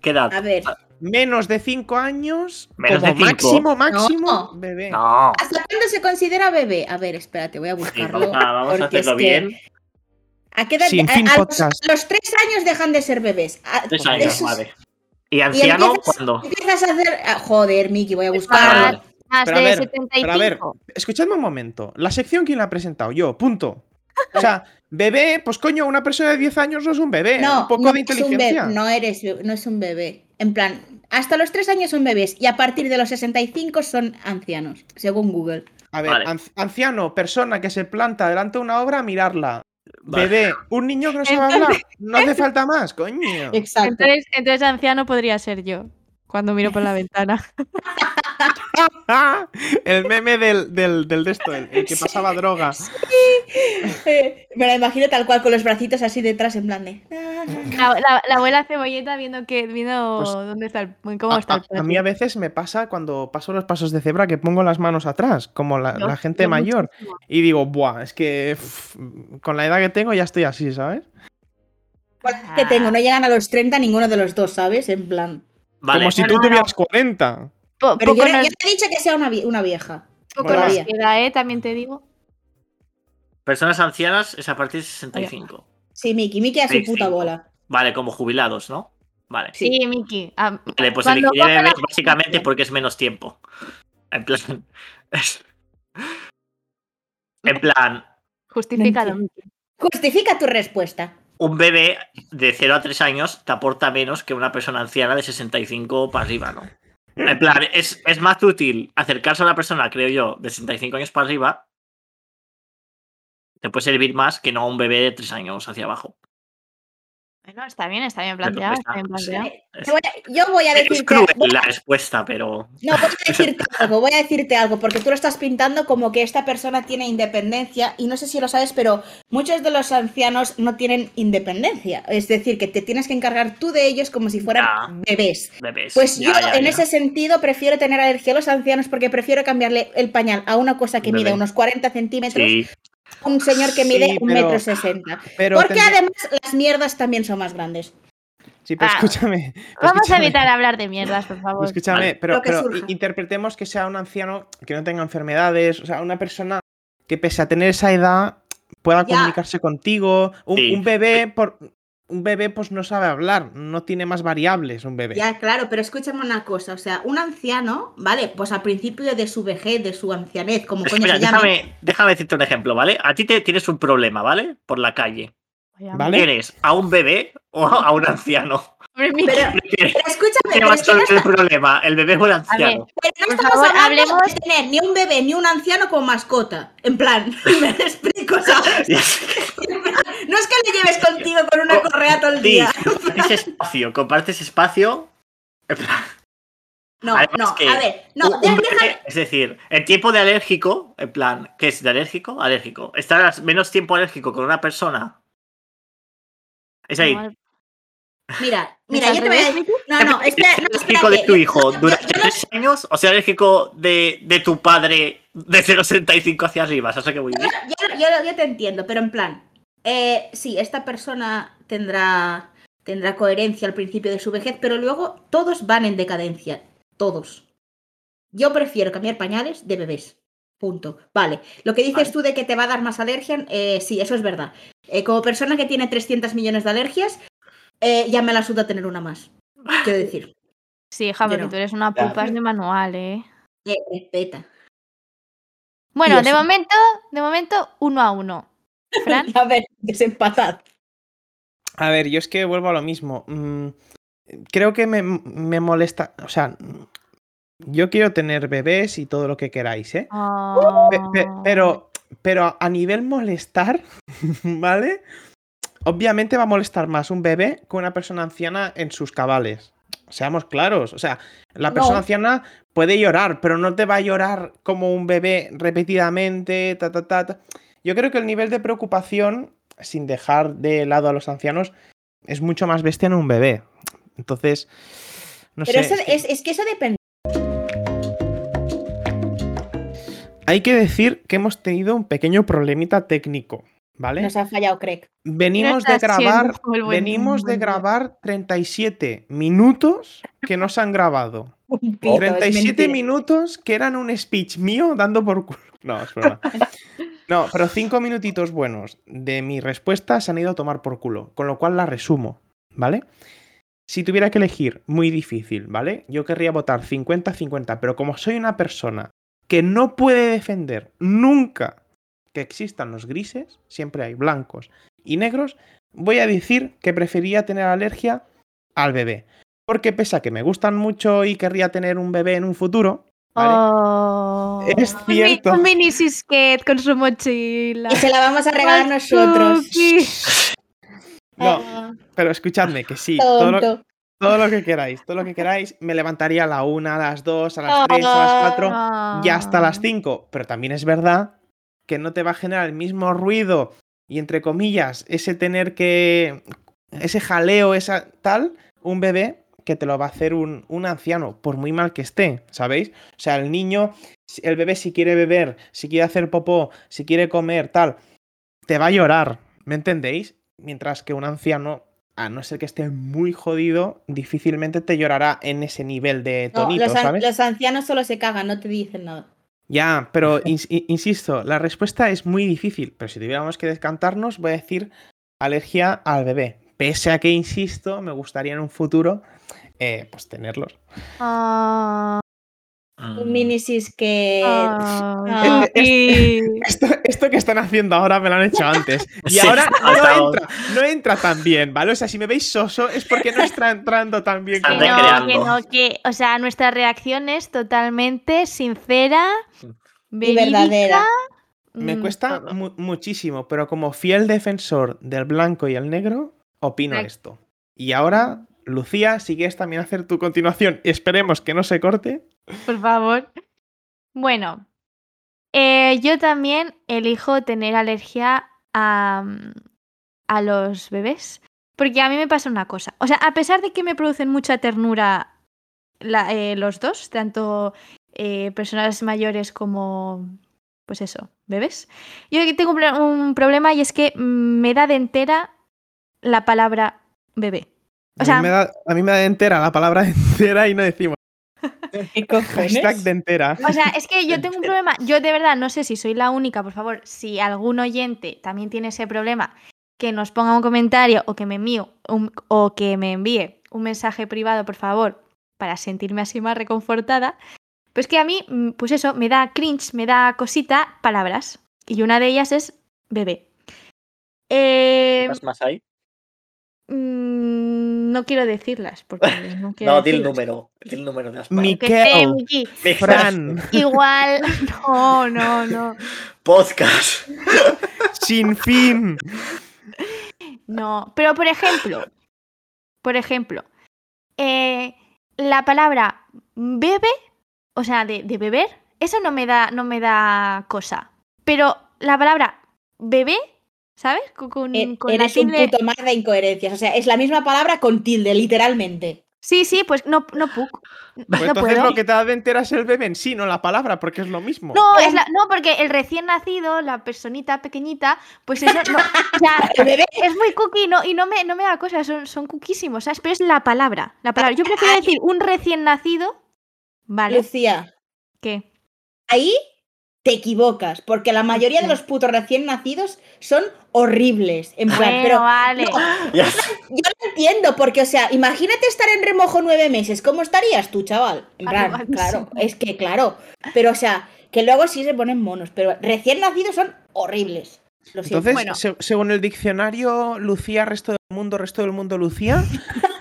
¿qué edad? A ver, Menos de 5 años, Menos como de cinco. máximo, máximo, No. bebé. No. ¿hasta cuándo se considera bebé? A ver, espérate, voy a Sí, buscarlo. vamos a, vamos a porque es hacerlo que- bien. ¿A qué edad? Sin a- fin a los- podcast. a los tres años dejan de ser bebés. A- Tres años, esos- vale. ¿Y anciano empiezas- cuándo? Empiezas a hacer. ah, Joder, Miki, voy a Ah, buscarlo. vale. Más Pero a de ver, 75. pero a ver. Escuchadme un momento. La sección, ¿quién la ha presentado? Yo, punto. O sea, bebé, pues coño, una persona de 10 años no es un bebé. No, eh, un poco no de es un bebé, inteligencia. no, eres, no es un bebé. En plan, hasta los tres años son bebés y a partir de los 65 son ancianos, según Google. A ver, Vale. anci- anciano, persona que se planta delante de una obra a mirarla. Vale. Bebé, un niño que no sabe hablar. No hace falta más, coño. Exacto. Entonces, entonces anciano podría ser yo cuando miro por la ventana. Ah, el meme del, del, del de esto, el, el que pasaba droga. Eh, Me la imagino tal cual, con los bracitos así detrás, en plan de. "Na, na, na". La, la- la abuela cebolleta viendo que viendo Pues- dónde está el, cómo A- está el a, a mí a veces me pasa cuando paso los pasos de cebra que pongo las manos atrás, como la, Yo- la gente yo mayor. muchísimo. Y digo, buah, es que uf, con la edad que tengo ya estoy así, ¿sabes? Igual Que tengo, no llegan a los 30 ninguno de los dos, ¿sabes? En plan. Vale. como si tú tuvieras 40. Po- Pero yo, poco no- nos, yo te he dicho que sea una, vie- una vieja. poco Bueno, nos va. queda, ¿eh? También te digo. Personas ancianas es a partir de 65. Sí, Miki, Miki a su Sí, puta sí. bola. Vale, como jubilados, ¿no? Vale. Sí. Sí, Miki. ah, Vale, pues Cuando elegiré coja la bebés básicamente jubilación. porque es menos tiempo. En plan. en plan, justifícalo, Miki. Justifica tu respuesta. un bebé de 0 a 3 años te aporta menos que una persona anciana de 65 para arriba, ¿no? En plan, es, es más útil acercarse a una persona, creo yo, de 65 años para arriba. Te puede servir más que no a un bebé de 3 años hacia abajo. Bueno, está bien, está bien Pero planteado. está- Está bien sí, planteado. es- Te voy a- yo voy a es decirte. cruel voy a- la respuesta, pero. No, voy a decirte algo, voy a decirte algo, porque tú lo estás pintando como que esta persona tiene independencia y no sé si lo sabes, pero muchos de los ancianos no tienen independencia. Es decir, que te tienes que encargar tú de ellos como si fueran Ya. bebés. Bebés. Pues ya, yo ya, en ya. ese sentido prefiero tener alergia a los ancianos porque prefiero cambiarle el pañal a una cosa que mide Bebé. unos 40 centímetros Sí, a un señor que mide Sí, un pero- metro sesenta. Pero, Porque tendría- además las mierdas también son más grandes. sí, pero Ah. escúchame. pero Vamos a escúchame, evitar hablar de mierdas, por favor. Escúchame, Vale. pero, Lo que pero surja. i- interpretemos que sea un anciano que no tenga enfermedades, o sea, una persona que pese a tener esa edad pueda Ya. comunicarse contigo. Un, Sí. un bebé, por, un bebé pues no sabe hablar, no tiene más variables un bebé. Ya, claro, pero escúchame una cosa, o sea, un anciano, ¿vale? Pues al principio de su vejez, de su ancianez, como Pues coño Espera, se llame. déjame, déjame decirte un ejemplo, ¿vale? A ti te tienes un problema, ¿ale? Por la calle. ¿Vale? ¿Tienes a un bebé o a un anciano? Hombre, Miki, Pero, ¿Tienes pero escúchame, que pero es que no, resolver el está- problema? ¿El bebé o el anciano? pero no por estamos favor, hablando hablemos- de tener ni un bebé ni un anciano como mascota. En plan, me explico, ¿sabes? No es que le lleves contigo con una Oh, correa todo el Sí, día. compartes espacio, compartes espacio. En plan, No, además no, que a ver, no, un- un de- bebé, déjame- es decir, el tiempo de alérgico, en plan, ¿qué es de alérgico? Alérgico. Estarás menos tiempo alérgico con una persona. Es ahí. igual- Mira, ¿Es mira, al yo te voy a revés, decir. No, no, espera, no, ¿Eres alérgico de espérate, tu yo- hijo yo- durante yo no- tres años o sea alérgico de, de tu padre de 0,65 hacia arriba? ¿Sabes a qué voy a decir? yo, yo- yo te entiendo, pero en plan, eh, sí, esta persona tendrá, tendrá coherencia al principio de su vejez, pero luego todos van en decadencia, todos. Yo prefiero cambiar pañales de bebés. Punto. Vale. Lo que dices Vale. tú de que te va a dar más alergia, eh, sí, eso es verdad. Eh, como persona que tiene 300 millones de alergias, eh, ya me la suda tener una más. Quiero decir, Sí, hija, porque no. tú eres una Ya. pulpa es de manual, ¿eh? eh, respeta. Bueno, eso. de momento, de momento, uno a uno. Fran, A ver, desempatad. A ver, yo es que vuelvo a lo mismo. Mm, creo que me, me molesta, o sea, yo quiero tener bebés y todo lo que queráis, ¿eh? Pe- pe- Oh. pero, pero a nivel molestar, ¿vale? Obviamente va a molestar más un bebé que una persona anciana en sus cabales. Seamos claros. O sea, la persona No. anciana puede llorar, pero no te va a llorar como un bebé repetidamente, ta, ta, ta, ta. Yo creo que el nivel de preocupación, sin dejar de lado a los ancianos, es mucho más bestia en un bebé. Entonces, No Pero eso- sé, es que- es, es que eso depende. Hay que decir que hemos tenido un pequeño problemita técnico, ¿vale? Nos ha fallado, Craig. Venimos de estás siendo grabar, como el buen- venimos de buen día. grabar 37 minutos que nos han grabado. Un pito, es 37 mentira. minutos que eran un speech mío dando por culo. No, es broma. No, pero 5 minutitos buenos de mi respuesta se han ido a tomar por culo, con lo cual la resumo, ¿vale? Si tuviera que elegir, muy difícil, ¿vale? Yo querría votar 50-50, pero como soy una persona que no puede defender nunca que existan los grises, siempre hay blancos y negros, voy a decir que prefería tener alergia al bebé. Porque pese a que me gustan mucho y querría tener un bebé en un futuro, Ah. ¿vale? Oh. Es Un mi- cierto. Un mini sisquet con su mochila. Y se la vamos a regalar nosotros. Eh, Chupi. No, Ah, pero escuchadme que sí, todo lo, tonto. todo lo que queráis, todo lo que queráis, me levantaría a la una, a las dos, a las tres, a las cuatro, y Ah. hasta las 5. Pero también es verdad que no te va a generar el mismo ruido y entre comillas, ese tener que. ese jaleo, esa tal, un bebé que te lo va a hacer un, un anciano, por muy mal que esté, ¿sabéis? O sea, el niño, si- el bebé si quiere beber, si quiere hacer popó, si quiere comer, tal, te va a llorar, ¿me entendéis? Mientras que un anciano, a no ser que esté muy jodido, difícilmente te llorará en ese nivel de No, tonito, los, an- ¿sabes? los ancianos solo se cagan, no te dicen nada. Ya, pero ins- i- insisto, la respuesta es muy difícil, pero si tuviéramos que descantarnos, voy a decir alergia al bebé. Pese a que, insisto, me gustaría en un futuro eh, pues tenerlos. Ah, Mm. Un minisis que. Eh, ah, sí. Esto, esto que están haciendo ahora me lo han hecho antes. Y Sí, ahora no estamos- entra, no entra tan bien, ¿vale? O sea, si me veis soso es porque no está entrando tan bien. Están Que como- Están no, que recreando. no, que, o sea, nuestra reacción es totalmente sincera, Mm. Y verídica. verdadera. Me mm, cuesta todo. mu- muchísimo, pero como fiel defensor del blanco y el negro, opino Ay. esto. Y ahora, Lucía, si quieres también hacer tu continuación, esperemos que no se corte. Por favor. Bueno, eh, yo también elijo tener alergia a, mm, a los bebés. Porque a mí me pasa una cosa. O sea, a pesar de que me producen mucha ternura la- eh, los dos, tanto eh, personas mayores como, pues eso, bebés, yo aquí tengo un pro- un problema y es que mm, me da de entera la palabra bebé. O a, sea, mí me da, a mí me da de entera la palabra de entera y no decimos ¿Qué cojones? hashtag de entera. O sea, es que yo tengo un problema. Yo de verdad no sé si soy la única, por favor. Si algún oyente también tiene ese problema, que nos ponga un comentario o que me envíe un, o que me envíe un mensaje privado, por favor, para sentirme así más reconfortada. Pues que a mí, mm, pues eso, me da cringe, me da cosita palabras. Y una de ellas es bebé. Eh, ¿Más, más ahí? mm, no quiero decirlas porque no quiero No, di el decirlas. número. Di el número de las Mi- Que esté Miquel. Miki. Me- Fran, Igual, no, no, no. Podcast. sin fin. No, pero por ejemplo, por ejemplo, eh, la palabra bebe, o sea, de, de beber, eso no me da, no me da cosa. Pero la palabra bebé, ¿sabes? Con, con- E- Mm, con la Eres un tilde- puto mar de incoherencias. O sea, es la misma palabra con tilde, literalmente. Sí, sí, pues no, no, puc- Pues no entonces puedo. lo que te da de entera es el bebé en sí, no la palabra, porque es lo mismo. No, es la- no, porque el recién nacido, la personita pequeñita, pues eso no, o sea, El bebé es muy cookie no, y no me, no me da cosas, son, son cuquísimos, ¿sabes? Pero es la palabra, la palabra. Yo prefiero decir un recién nacido, ¿vale? Lucía, ¿Qué? ahí te equivocas, porque la mayoría de los putos recién nacidos son horribles. En plan, Bueno, pero eh, vale. Ya. yo lo entiendo, porque, o sea, imagínate estar en remojo nueve meses, ¿cómo estarías tú, chaval? En plan, Arrugadísimo. claro, es que claro. Pero, o sea, que luego sí se ponen monos, pero recién nacidos son horribles. Lo siento. Entonces, Bueno. se- según el diccionario, Lucía, resto del mundo, resto del mundo, Lucía,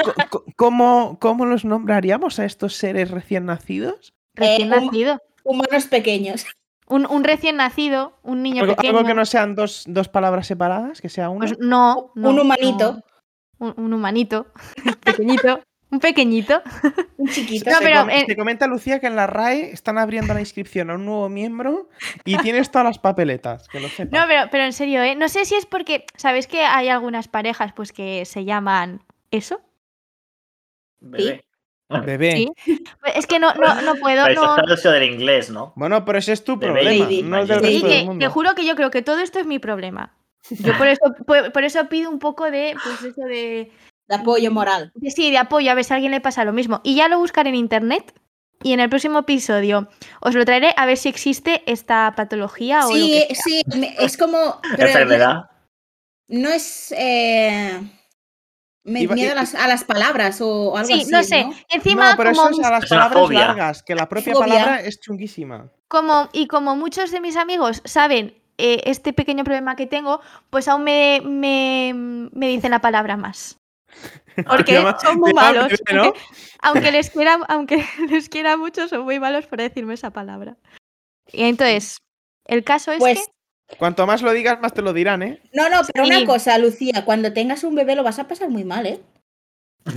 co- co- ¿cómo, ¿cómo los nombraríamos a estos seres recién nacidos? Recién Eh, un- nacido. humanos pequeños. Un, un recién nacido, un niño ¿Algo, pequeño. algo que no sean dos, dos palabras separadas, que sea una. Pues no, no, un humanito, no. Un, un humanito. pequeñito. Un pequeñito. un chiquito. No, se, pero, com- eh, se comenta, Lucía, que en la RAE están abriendo la inscripción a un nuevo miembro y tienes todas las papeletas, que lo sepas. No, pero, pero en serio, ¿eh? No sé si es porque, ¿sabéis que hay algunas parejas pues que se llaman eso? Bebé. Bebé. Sí. Pues Es que no, no, no puedo. Pero No... eso está del inglés, ¿no? Bueno, pero ese es tu Bebé y problema, Lady. no el del Lady. Sí, resto del que te mundo. juro que yo creo que todo esto es mi problema. Yo por eso, por, por eso pido un poco de, pues eso de, De apoyo moral. de- sí, de apoyo, a ver si a alguien le pasa lo mismo. Y ya lo buscaré en internet y en el próximo episodio os lo traeré a ver si existe esta patología o lo Sí, eh, que sea. sí, me- es como. pero Enfermedad. No es. eh, me- Iba- miedo a las, a las palabras o, o algo Sí, así. no sé. Encima, no, pero como, eso es a las Es una palabras fobia. largas, que la propia Fobia. palabra es chunguísima. como- y como muchos de mis amigos saben eh, este pequeño problema que tengo, pues aún me, me, me dicen la palabra más. Porque Llama- son muy llama malos. bebé, ¿no? aunque les quiera, aunque les quiera mucho, son muy malos por decirme esa palabra. Y entonces, el caso es Pues que Cuanto más lo digas, más te lo dirán, ¿eh? No, no, pero Sí. una cosa, Lucía, cuando tengas un bebé lo vas a pasar muy mal, ¿eh?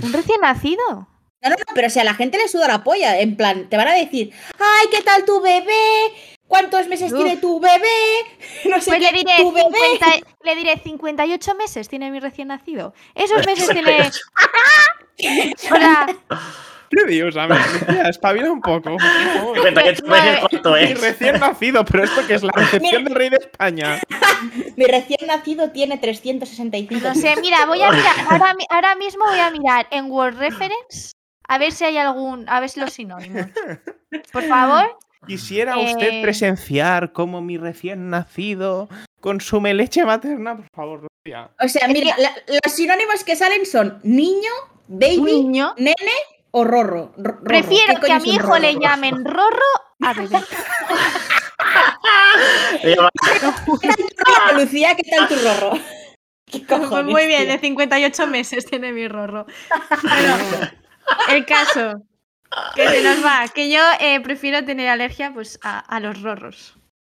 un recién nacido. pues No, no, no, pero si a la gente le suda la polla, en plan, te van a decir, ay, ¿qué tal tu bebé? ¿Cuántos meses Uf. tiene tu bebé? No sé Pues le qué, diré, tu bebé. 50 le diré 58 meses tiene mi recién nacido. Esos meses tiene. o sea, ¿Qué dios, a ver, Lucía, espabila un poco. por favor. 58 meses, ¿cuánto Pues. Y es? recién nacido, pero esto que es la recepción del rey de España. Mi recién nacido tiene 365. no sé, mira, voy a mirar. Ahora, mi- ahora mismo voy a mirar en Word Reference a ver si hay algún. A ver si los sinónimos. Por favor. Quisiera usted Eh. presenciar cómo mi recién nacido consume leche materna, por favor, Lucía. O sea, mira, la- los sinónimos que salen son niño, Un baby niño. o rorro. R- rorro. ¿Qué Prefiero que coño a es mi un hijo rorro? le llamen Rorro a bebé. Rorro, Lucía, ¿qué tal tu rorro? ¿Qué Pues cojones, muy bien, tío? de 58 meses tiene mi rorro. Bueno, el caso. Que se nos va. Que yo eh, prefiero tener alergia pues, a, a los rorros.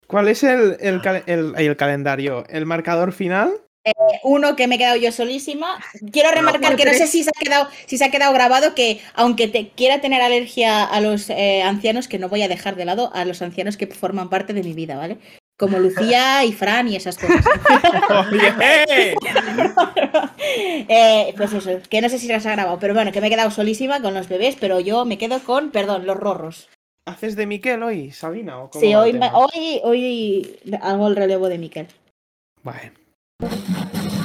¿Cuál es el, el cal- el- el calendario? ¿El marcador final? uno que me he quedado yo solísima. Quiero remarcar que no sé si se ha quedado, si se ha quedado grabado que aunque te quiera tener alergia a los eh, ancianos, que no voy a dejar de lado a los ancianos que forman parte de mi vida, ¿vale? Como Lucía y Fran y esas cosas. ¡Oye! Eh, pues eso, que no sé si las ha grabado, pero bueno, que me he quedado solísima con los bebés, pero yo me quedo con, perdón, los rorros. ¿Haces de Miquel hoy, Sabina? ¿o cómo Sí, va hoy, el me- tema? hoy, hoy hago el relevo de Miquel. Bueno,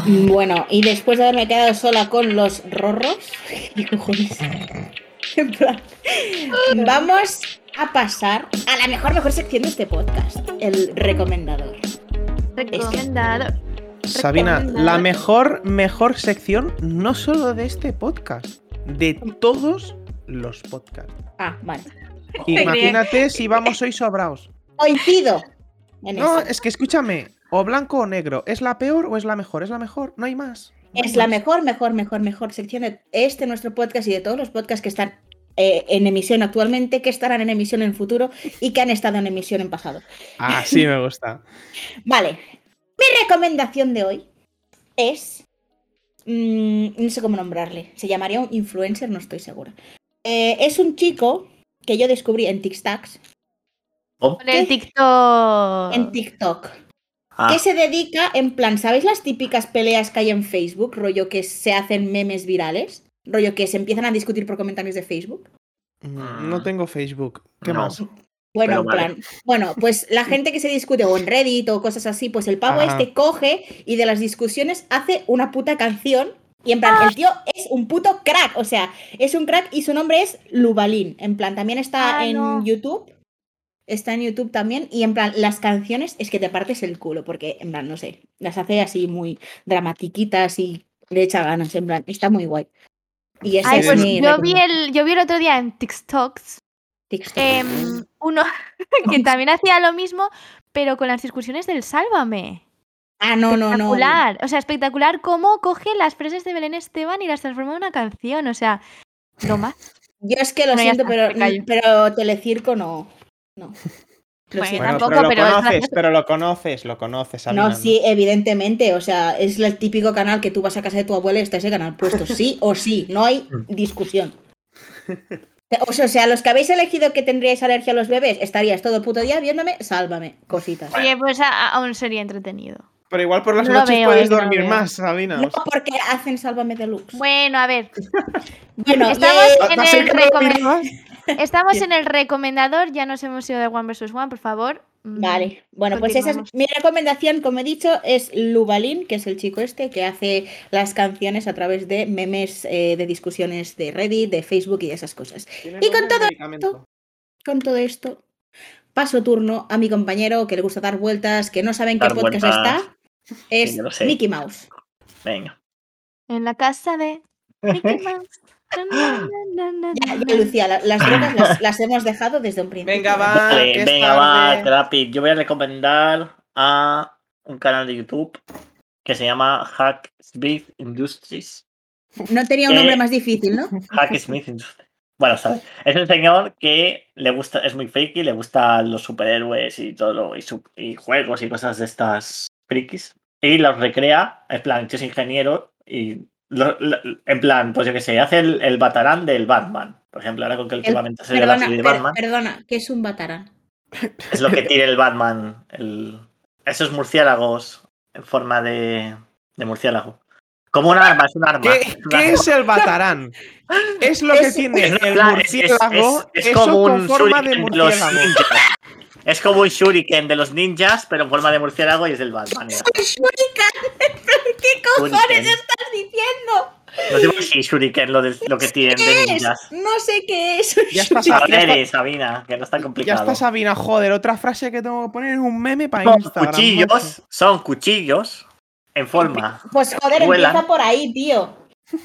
Bueno, y después de haberme quedado sola con los rorros, ¿qué cojones? En plan, vamos a pasar a la mejor, mejor sección de este podcast, el recomendador. Recomendado. Sabina, la mejor, mejor sección no solo de este podcast, de todos los podcasts. Ah, vale. Imagínate si vamos hoy sobraos. Coincido. en No, eh, eso. es que escúchame, o blanco o negro, ¿es la peor o es la mejor? Es la mejor, no hay más. no hay Es la más. mejor, mejor, mejor, mejor sección de este nuestro podcast y de todos los podcasts que están eh, en emisión actualmente, que estarán en emisión en futuro y que han estado en emisión en pasado. Ah, sí me gusta. Vale, mi recomendación de hoy es. mm, no sé cómo nombrarle. Se llamaría un influencer, no estoy segura. Eh, es un chico que yo descubrí en TikToks, Oh, Con el TikTok. en TikTok, ah, que se dedica en plan, ¿sabéis las típicas peleas que hay en Facebook? Rollo que se hacen memes virales, rollo que se empiezan a discutir por comentarios de Facebook. Ah. No Mm, no tengo Facebook. ¿Qué No. más? Bueno, Pero en vale. plan, bueno, pues la gente que se discute o en Reddit o cosas así, pues el pavo Ajá. este coge y de las discusiones hace una puta canción. Y en plan, Ah. el tío es un puto crack, o sea, es un crack y su nombre es Lubalín. En plan, también está Ah, en no. YouTube. Está en YouTube también. Y en plan, las canciones es que te partes el culo, porque en plan, no sé, las hace así muy dramatiquitas y le echa ganas. En plan, está muy guay. Y esa Ay, es pues mi yo vi, recomendación. el, yo vi el otro día en TikToks TikTok. em, uno que también hacía lo mismo, pero con las discusiones del Sálvame. ah, no, no, no. Espectacular. O sea, espectacular cómo coge las frases de Belén Esteban y las transforma en una canción. O sea, lo más. Yo es que lo Bueno, ya siento, está, me callo. pero, pero Telecirco no. No. Lo siento. Bueno, Bueno, tampoco, pero lo pero es conoces, gracioso. pero lo conoces, lo conoces, Sabina. No, sí, evidentemente. O sea, es el típico canal que tú vas a casa de tu abuela y está ese canal puesto. Sí o sí, no hay discusión. O sea, o sea, los que habéis elegido que tendríais alergia a los bebés, estarías todo el puto día viéndome, sálvame, cositas. Oye, pues a- a- aún sería entretenido. Pero igual por las No lo noches veo, puedes eh, no lo dormir veo. más, Sabina. No porque hacen sálvame deluxe. Bueno, a ver. Bueno, eh, Estamos yay. Va- en va a ser el que no lo recomen- mirabas. Estamos en el recomendador, ya nos hemos ido de One vs One, por favor. Mm, Vale, bueno, pues esa es Continuamos. mi recomendación, como he dicho, es Lubalín, que es el chico este que hace las canciones a través de memes eh, de discusiones de Reddit, de Facebook y de esas cosas. Y con todo esto. Con todo esto, paso turno a mi compañero que le gusta dar vueltas, que no sabe en qué Dar podcast vueltas. está. Es Sí, yo lo sé. Mickey Mouse. Venga. En la casa de Mickey Mouse. Na, na, na, na, na, Ya, na. ya, Lucía, la- las drogas las, las hemos dejado desde un principio. Venga, va. que Vale, es venga, va, tarde. Trapi. Yo voy a recomendar a un canal de YouTube que se llama Hack Smith Industries. No tenía un Eh, nombre más difícil, ¿no? Hack Smith Industries. Bueno, ¿sabes? Es un señor que le gusta, es muy friki, le gustan los superhéroes y todo, lo- y, su- y juegos y cosas de estas frikis. Y los recrea, en plan, que es ingeniero y lo- lo- en plan, pues yo qué sé, hace el, el batarán del Batman. Por ejemplo, ahora con que últimamente se la Perdona, serie de per- Batman. perdona, que es un batarán. Es lo que tira el Batman. el- Esos murciélagos en forma de, de murciélago. Como un arma, es un arma. ¿Qué, Una- qué es el batarán? Es lo que Es- tiene es- el es- es- murciélago, es- es eso como con un forma de shuriken de los murciélago. ninjas. Es como un shuriken de los ninjas, pero en forma de murciélago y es del Batman. mira. ¿Qué cojones Shuriken. estás diciendo? No digo así, shuriken, lo, de- lo que tienen de ¿Qué es? ninjas. No sé qué es. Ya está, ya Joder, está- eh, Sabina, que no está Ya complicado. está Sabina, joder, otra frase que tengo que poner en un meme para Son Instagram. macho. cuchillos, son cuchillos en forma. Pues joder, Vuelan. empieza por ahí, tío.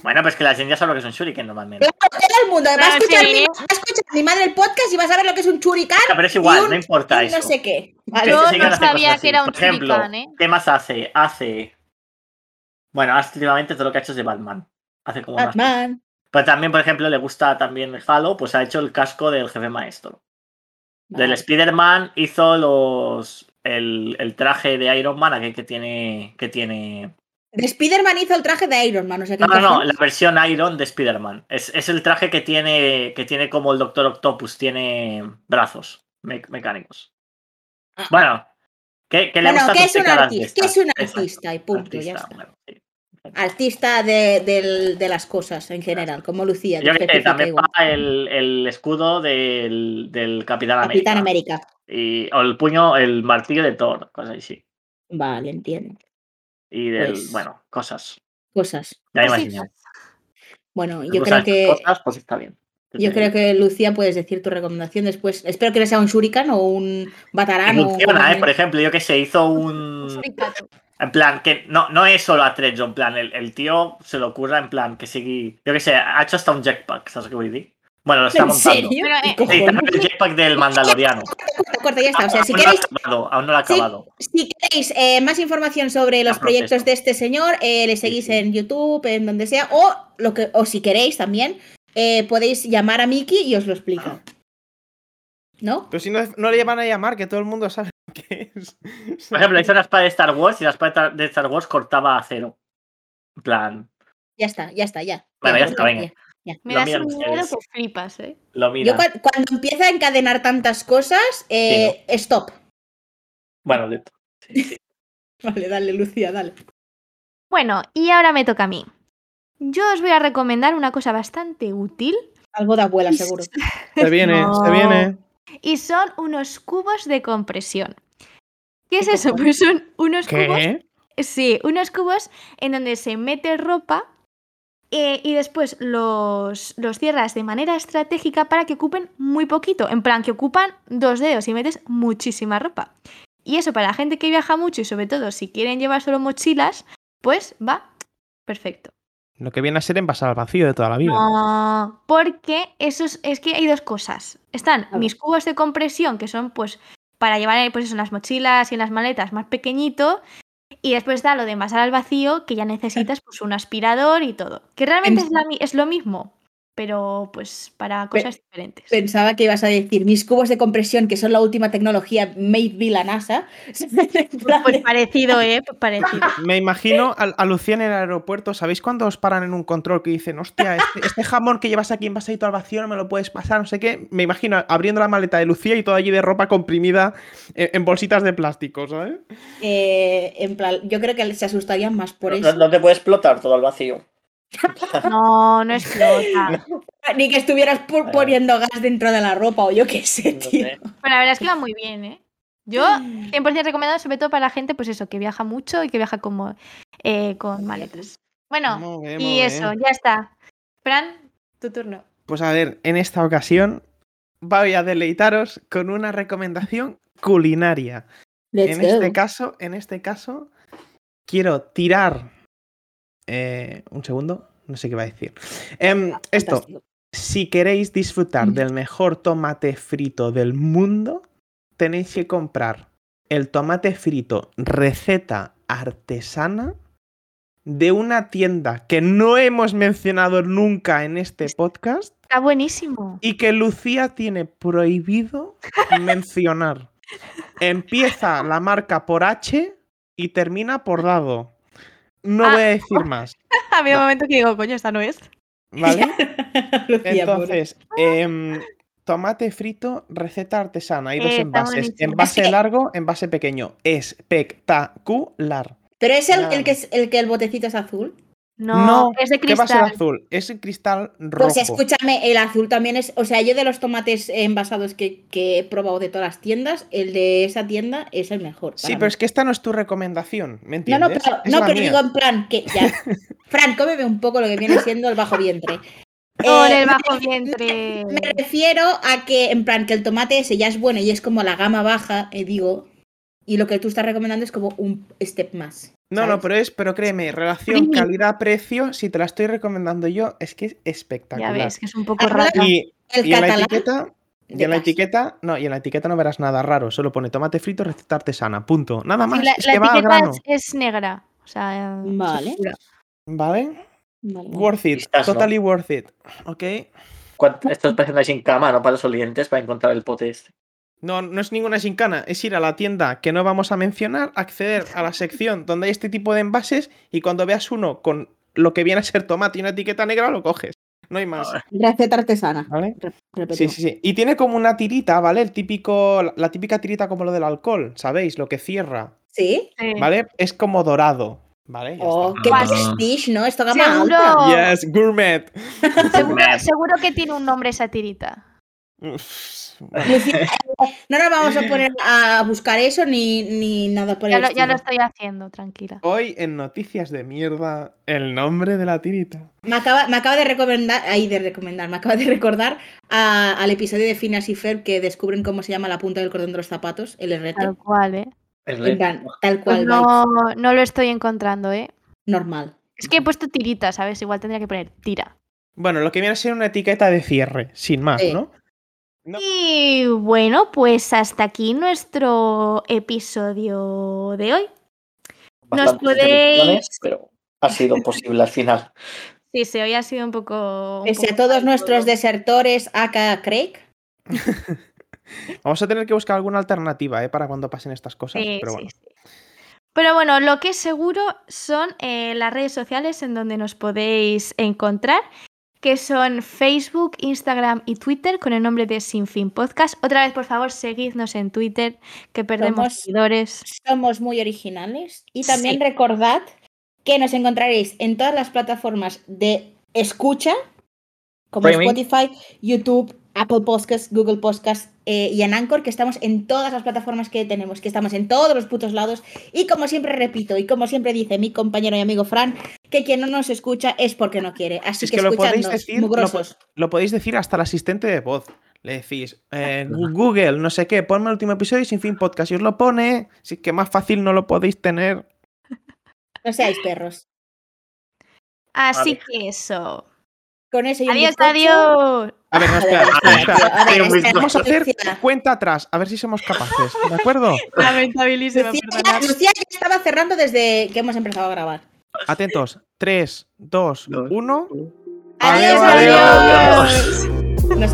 Bueno, pues que las ninjas son lo que son shuriken normalmente. Todo el mundo va a Ah, escuchar, sí. mi, va a escuchar mi madre el podcast y vas a ver lo que es un churicán. Ya, Pero es y igual, un- no importa y eso. no sé qué. Que Vale. Yo ese no señor hace sabía cosas así. que era un Por ejemplo, churicán, ¿eh? ¿qué más hace? Hace. Bueno, hace últimamente todo lo que ha hecho es de Batman. Hace como unas- Batman. Pero también, por ejemplo, le gusta también el Halo, pues ha hecho el casco del jefe maestro. Del Vale. Spider-Man hizo los. El, el traje de Iron Man, aquel que tiene. que tiene. De Spider-Man hizo el traje de Iron Man. O sea, que No, no, no, encaja. la versión Iron de Spider-Man. Es, es el traje que tiene. que tiene como el Doctor Octopus, tiene brazos me- mecánicos. Ah. Bueno, ¿qué, qué le Bueno, gusta que a es tus un pecadas de artista, que es estas? un Exacto. artista y punto, ya Artista, está. bueno, sí. Artista de, del- de las cosas en general, como Lucía. Yo que que sé, especifica también igual. va el, el escudo del, del Capitán América. Capitán América. Y, o el puño, el martillo de Thor, cosas así. Vale, entiendo. Y del, Pues- bueno, cosas. Cosas. Ya Sí. imagino. Bueno, Me yo gustan creo que. estas Cosas, pues está bien. Yo creo que Lucía puedes decir tu recomendación después. Espero que no sea un shuriken o un Y batarán. o funciona, un- ¿eh? Por ejemplo, yo que sé, hizo un... Shurikato. En plan, que no, no es solo atrecho, en plan, el, el tío se le ocurra en plan que sigue... Yo que sé, ha hecho hasta un jetpack, ¿sabes qué voy a decir? Bueno, lo está ¿En montando. serio? Sí, Pero, eh, ¿Qué también cojones? el jetpack del Mandaloriano. Corta, corta, ya está. O sea, si aún, no lo ha queréis, acabado, aún no lo ha Sí. acabado. si queréis eh, más información sobre los Ah, proyectos protesto. de este señor, eh, le seguís sí. en YouTube, en donde sea, o lo que, o si queréis también, eh, podéis llamar a Miki y os lo explica. ¿No? Pero si no, no le van a llamar, que todo el mundo sabe qué es. Por ejemplo, hizo la espada de Star Wars y la espada de Star Wars cortaba a cero. En plan, Ya está, ya está, ya. Bueno, ya está, venga. Me Lo das miran un miedo ustedes. que flipas, ¿eh? lo Yo mira. cua- cuando empieza a encadenar tantas cosas, eh, stop. Bueno, de- Vale, dale, Lucía, dale. Bueno, y ahora me toca a mí. Yo os voy a recomendar una cosa bastante útil Algo de abuela, seguro. Se viene, se No. viene. y son unos cubos de compresión. ¿Qué es ¿Qué eso? cojones? Pues son unos cubos ¿Qué? Sí, unos cubos en donde se mete ropa eh, y después los, los cierras de manera estratégica para que ocupen muy poquito. En plan, que ocupan dos dedos y metes muchísima ropa. Y eso para la gente que viaja mucho y sobre todo si quieren llevar solo mochilas, pues va perfecto. Lo que viene a ser envasado al vacío de toda la vida. No, porque eso es, es que hay dos cosas. Están ver. mis cubos de compresión, que son pues para llevar eh, pues eso, en las mochilas y en las maletas más pequeñito. Y después está lo de envasar al vacío, que ya necesitas pues un aspirador y todo. Que realmente es, la mi- es lo mismo, pero pues para Pe- cosas diferentes. Pensaba que ibas a decir mis cubos de compresión, que son la última tecnología made by la NASA. Pues parecido, ¿eh? Pues parecido. Me imagino a, a Lucía en el aeropuerto. ¿Sabéis cuando os paran en un control que dicen, hostia, este, este jamón que llevas aquí envasadito al vacío no me lo puedes pasar, no sé qué? Me imagino abriendo la maleta de Lucía y todo allí de ropa comprimida en, en bolsitas de plástico, ¿sabes? Eh, en plan, yo creo que se asustarían más por no, eso. no te puede explotar todo al vacío. No, no explota. Ni que estuvieras pu- poniendo gas dentro de la ropa o yo qué sé, No tío. sé. Pero la verdad es que va muy bien, ¿eh? Yo, 100% recomendado, sobre todo para la gente, pues eso, que viaja mucho y que viaja como, eh, con maletas. Bueno, Muy bien, muy y eso, bien. ya está. Fran, tu turno. Pues a ver, en esta ocasión voy a deleitaros con una recomendación culinaria. Let's en este go. caso, en este caso, quiero tirar. eh, un segundo, no sé qué va a decir. Em, esto, Fantástico. si queréis disfrutar Mm. del mejor tomate frito del mundo, tenéis que comprar el tomate frito receta artesana de una tienda que no hemos mencionado nunca en este podcast Está buenísimo. y que Lucía tiene prohibido mencionar. Empieza la marca por H y termina por dado. No Ah. voy a decir más, Había No. un momento que digo, coño, esta no es. ¿vale? Lucía, pobre. Entonces, em, tomate frito, receta artesana. Hay dos Eh, está envases. buenísimo. Envase Es que- largo, envase pequeño. Espectacular. Pero es el, nada el que es el que el botecito es azul. No, No, es de ¿Qué va a ser cristal. azul? Es el cristal rojo. Pues escúchame, el azul también es. O sea, yo de los tomates envasados que, que he probado de todas las tiendas, el de esa tienda es el mejor. Sí, para pero mí. es que esta no es tu recomendación, ¿me No, entiendes? no, pero, Es no, la pero mía. digo en plan que ya. Fran, cómeme un poco lo que viene siendo el bajo vientre. Con Eh, el bajo vientre. Me refiero a que, en plan, que el tomate ese ya es bueno y es como la gama baja, eh, digo. Y lo que tú estás recomendando es como un step más. No, no, ¿sabes? pero es, pero créeme, relación Primi. calidad-precio, si te la estoy recomendando yo, es que es Ya espectacular. ves, que es un poco Ahora- raro. Y, El y en la catalán. etiqueta, y de en la casa. etiqueta, no, y en la etiqueta no verás nada raro, solo pone tomate frito, receta artesana, punto. Nada Sí, más, la es la que va al etiqueta grano, es, es negra. O sea, eh, Vale. oscura. ¿vale? Vale, vale. Worth it, Quizás no. totally worth it, ¿ok? ¿Cuánto- Esto es personaje en cama, no para los oyentes, para encontrar el pote este. No, no es ninguna gincana, es ir a la tienda que no vamos a mencionar, acceder a la sección donde hay este tipo de envases y cuando veas uno con lo que viene a ser tomate y una etiqueta negra, lo coges. No hay más, Receta artesana. ¿vale? Sí, Repetimos. sí, sí. Y tiene como una tirita, ¿vale? El típico, la- la típica tirita como lo del alcohol, ¿sabéis? Lo que cierra, ¿Sí? Sí. ¿vale? Es como dorado, ¿vale? Ya Oh, está. qué Ah. prestige, ¿no? Esto gama Seguro. alta. Yes, gourmet. Seguro, Meh. seguro que tiene un nombre esa tirita. Uf, Lucía, no nos vamos a poner a buscar eso ni, ni nada por Ya el lo, ya lo estilo. estoy haciendo, tranquila. Hoy en Noticias de Mierda, el nombre de la tirita. Me acaba, me acaba de recomendar, ahí de recomendar, me acaba de recordar a- al episodio de Finas y Ferb que descubren cómo se llama la punta del cordón de los zapatos, el RT. Tal cual, ¿eh? El En rey. plan, tal Pues cual, no, no lo estoy encontrando, ¿eh? normal. Es que he puesto tirita, ¿sabes? Igual tendría que poner tira. Bueno, lo que viene a ser una etiqueta de cierre, sin más, Sí. ¿no? No. Y bueno, pues hasta aquí nuestro episodio de hoy. Bastantes podéis- decepciones, Pero ha sido posible al final. Sí, sí, hoy ha sido un poco. un Pese a poco todos de nuestros todo. desertores, acá Craig, Vamos a tener que buscar alguna alternativa, ¿eh? Para cuando pasen estas cosas. Sí, pero sí, bueno. sí. Pero bueno, lo que es seguro son eh, las redes sociales en donde nos podéis encontrar, que son Facebook, Instagram y Twitter con el nombre de Sin Fin Podcast. Otra vez, por favor, seguidnos en Twitter, que perdemos Somos- seguidores. somos muy originales. Y también Sí. recordad que nos encontraréis en todas las plataformas de escucha, como Streaming. Spotify, YouTube, Apple Podcasts, Google Podcasts eh, y en Anchor, que estamos en todas las plataformas que tenemos, que estamos en todos los putos lados. Y como siempre repito, y como siempre dice mi compañero y amigo Fran, que quien no nos escucha es porque no quiere. Así Es que, que lo podéis escuchadnos, decir, lo po- mugrosos. Lo podéis decir hasta al asistente de voz. Le decís, eh, Gu- Google, no sé qué, ponme el último episodio y sin fin podcast. Y os lo pone. Si es que más fácil no lo podéis tener. No seáis perros. Así Vale. que eso. Con eso y un Adiós, bizcocho- adiós. A ver, no, A ver, espera, espera, espera, tío, espera. a ver, Hay un espera, Vamos a hacer Lucía. cuenta atrás, a ver si somos capaces. ¿De acuerdo? Lamentabilísima, Lucía, Lucía ya estaba cerrando desde que hemos empezado a grabar. Atentos. 3, 2, Dos. 1. Adiós, adiós. No sabemos, no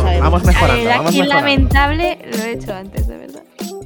sabemos. Vamos A ver, mejorando. Vamos aquí mejorando. lamentable lo he hecho antes, de verdad.